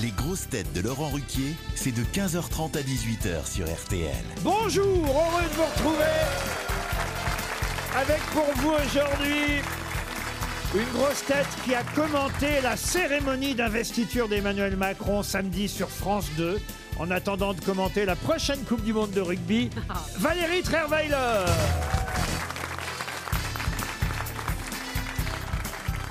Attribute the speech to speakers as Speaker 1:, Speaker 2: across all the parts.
Speaker 1: Les grosses têtes de Laurent Ruquier, c'est de 15h30 à 18h sur RTL.
Speaker 2: Bonjour, heureux de vous retrouver avec pour vous aujourd'hui une grosse tête qui a commenté la cérémonie d'investiture d'Emmanuel Macron samedi sur France 2 en attendant de commenter la prochaine Coupe du Monde de rugby, Valérie Trierweiler.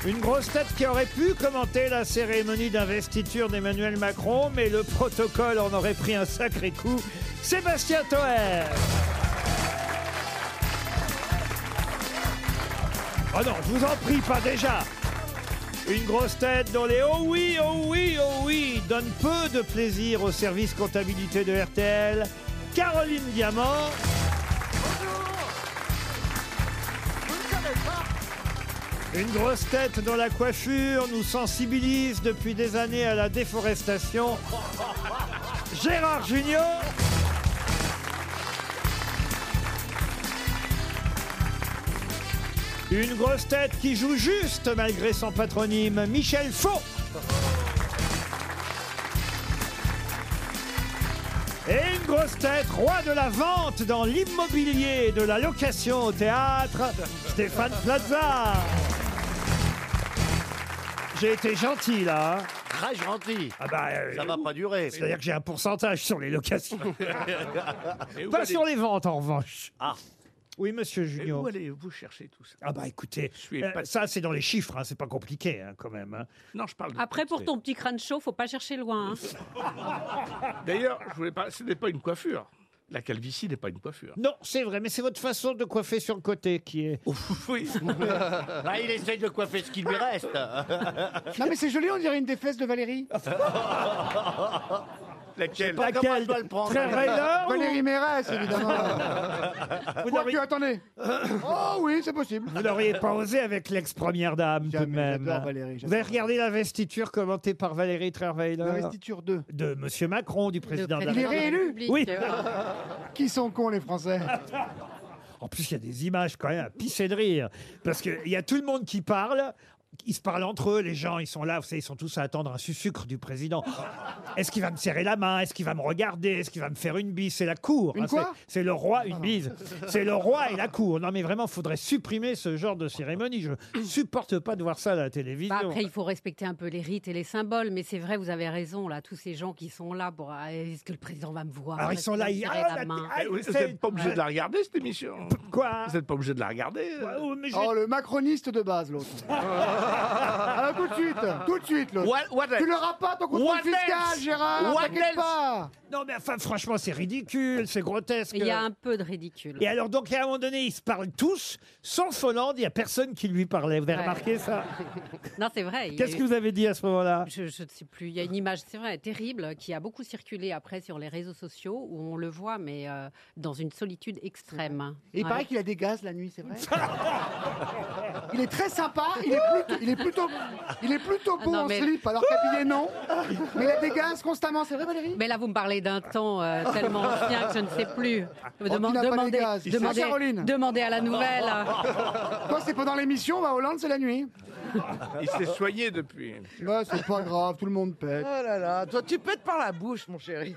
Speaker 2: Une grosse tête qui aurait pu commenter la cérémonie d'investiture d'Emmanuel Macron, mais le protocole en aurait pris un sacré coup. Sébastien Toer. Oh non, je vous en prie, pas déjà. Une grosse tête dont les oh oui, oh oui, oh oui donne peu de plaisir au service comptabilité de RTL. Caroline Diamant. Une grosse tête dont la coiffure nous sensibilise depuis des années à la déforestation. Gérard Junior. Une grosse tête qui joue juste malgré son patronyme, Michel Faux. Et une grosse tête, roi de la vente dans l'immobilier et de la location au théâtre, Stéphane Plaza. J'ai été gentil là. hein.
Speaker 3: Très gentil.
Speaker 2: Ah bah, euh,
Speaker 3: Ça va pas durer.
Speaker 2: c'est-à-dire que j'ai un pourcentage sur les locations. Pas sur les ventes en revanche.
Speaker 3: Ah.
Speaker 2: Oui, monsieur Junior.
Speaker 4: allez-vous chercher tout ça
Speaker 2: Ah bah écoutez,
Speaker 4: suis
Speaker 2: euh,
Speaker 4: pas-
Speaker 2: ça c'est dans les chiffres, hein, c'est pas compliqué hein, quand même. hein.
Speaker 4: Non, je parle de
Speaker 5: Après, pour
Speaker 4: texte.
Speaker 5: ton petit crâne chaud, faut pas chercher loin. hein.
Speaker 4: D'ailleurs, je voulais pas... ce n'est pas une coiffure. La calvitie n'est pas une coiffure.
Speaker 2: Non, c'est vrai, mais c'est votre façon de coiffer sur le côté qui est.
Speaker 4: oui.
Speaker 3: Ah, il essaye de coiffer ce qu'il lui reste.
Speaker 6: Non mais c'est joli, on dirait une des fesses de Valérie.
Speaker 2: Ah
Speaker 4: Laquelle
Speaker 2: Pas
Speaker 3: comment je dois le prendre
Speaker 2: Trierweiler ou-
Speaker 6: Valérie Mérès, évidemment.
Speaker 2: vous
Speaker 6: Quoique,
Speaker 2: n'auriez-
Speaker 6: attendez. Oh oui, c'est possible.
Speaker 2: vous n'auriez pas osé avec l'ex-première dame tout de
Speaker 6: Jamais,
Speaker 2: même.
Speaker 6: j'adore Valérie,
Speaker 2: vous avez
Speaker 6: j'adore.
Speaker 2: regardé l'investiture commentée par Valérie Trierweiler
Speaker 6: L'investiture 2.
Speaker 2: de Monsieur Macron, du président de la
Speaker 6: Il est réélu
Speaker 2: Oui.
Speaker 5: Bah,
Speaker 6: Qui sont cons, les Français
Speaker 2: Ah, En plus, il y a des images quand même à pisser de rire. Parce qu'il y a tout le monde qui parle. Ils se parlent entre eux, les gens, ils sont là, vous savez, ils sont tous à attendre un sucre du président. Est-ce qu'il va me serrer la main Est-ce qu'il va me regarder Est-ce qu'il va me faire une bise C'est la cour.
Speaker 6: Une
Speaker 2: c'est-
Speaker 6: quoi
Speaker 2: C'est le roi, une bise. C'est le roi et la cour. Non, mais vraiment, faudrait supprimer ce genre de cérémonie. Je supporte pas de voir ça à la télévision.
Speaker 5: Bah, après, il faut respecter un peu les rites et les symboles, mais c'est vrai, vous avez raison, là, tous ces gens qui sont là pour. ah, Est-ce que le président va me voir
Speaker 2: Alors, ils
Speaker 5: Est-ce
Speaker 2: sont
Speaker 5: qu'il va
Speaker 2: là,
Speaker 5: me
Speaker 2: ils.
Speaker 5: serrer
Speaker 2: Ah, la-
Speaker 5: la main
Speaker 2: ah,
Speaker 4: Eh oui, Vous
Speaker 2: c'est-
Speaker 4: n'êtes pas obligé de la regarder, cette émission.
Speaker 2: Quoi
Speaker 4: Vous n'êtes pas obligé de la regarder.
Speaker 2: Ouais, ouais, mais j'ai-
Speaker 6: Oh, le macroniste de base, l'autre. Alors tout de suite, tout de suite, l'autre.
Speaker 3: What- what
Speaker 6: Tu
Speaker 7: Oh
Speaker 3: else
Speaker 6: l'auras pas ton contrôle
Speaker 3: What
Speaker 6: fiscal,
Speaker 3: else
Speaker 6: Gérard,
Speaker 3: What
Speaker 6: t'inquiète
Speaker 3: else
Speaker 6: pas.
Speaker 2: Non, mais enfin, franchement, c'est ridicule, c'est grotesque.
Speaker 5: Il y a un peu de ridicule.
Speaker 2: Et alors, donc, à un moment donné, ils se parlent tous, sauf Hollande, il n'y a personne qui lui parlait. Vous avez
Speaker 5: Ouais.
Speaker 2: remarqué ça
Speaker 5: Non, c'est vrai. il y a
Speaker 2: Qu'est-ce
Speaker 5: eu-
Speaker 2: que vous avez dit à ce moment-là
Speaker 5: Je je ne sais plus. Il y a une image, c'est vrai, terrible, qui a beaucoup circulé après sur les réseaux sociaux, où on le voit, mais euh, dans une solitude extrême.
Speaker 6: Et il
Speaker 5: Ouais.
Speaker 6: paraît qu'il a des gaz la nuit, c'est vrai Il est très sympa, il est plutôt, il est plutôt, il est plutôt beau
Speaker 5: Ah non,
Speaker 6: en
Speaker 5: mais-
Speaker 6: slip, alors qu'habillé non. Mais il a des gaz constamment, c'est vrai Valérie
Speaker 5: Mais là, vous me parlez d'un temps euh, tellement ancien que je ne sais plus.
Speaker 6: Oh, il n'a pas les
Speaker 5: demandez,
Speaker 6: gaz. Il
Speaker 5: demandez-
Speaker 6: sait, Caroline.
Speaker 5: demandez à la nouvelle.
Speaker 6: Toi, c'est pendant l'émission, on va à Hollande, c'est la nuit.
Speaker 2: oh.
Speaker 4: Il s'est soigné depuis.
Speaker 6: Bah, c'est pas grave, tout le monde pète.
Speaker 7: Oh là là, toi tu pètes par la bouche, mon chéri.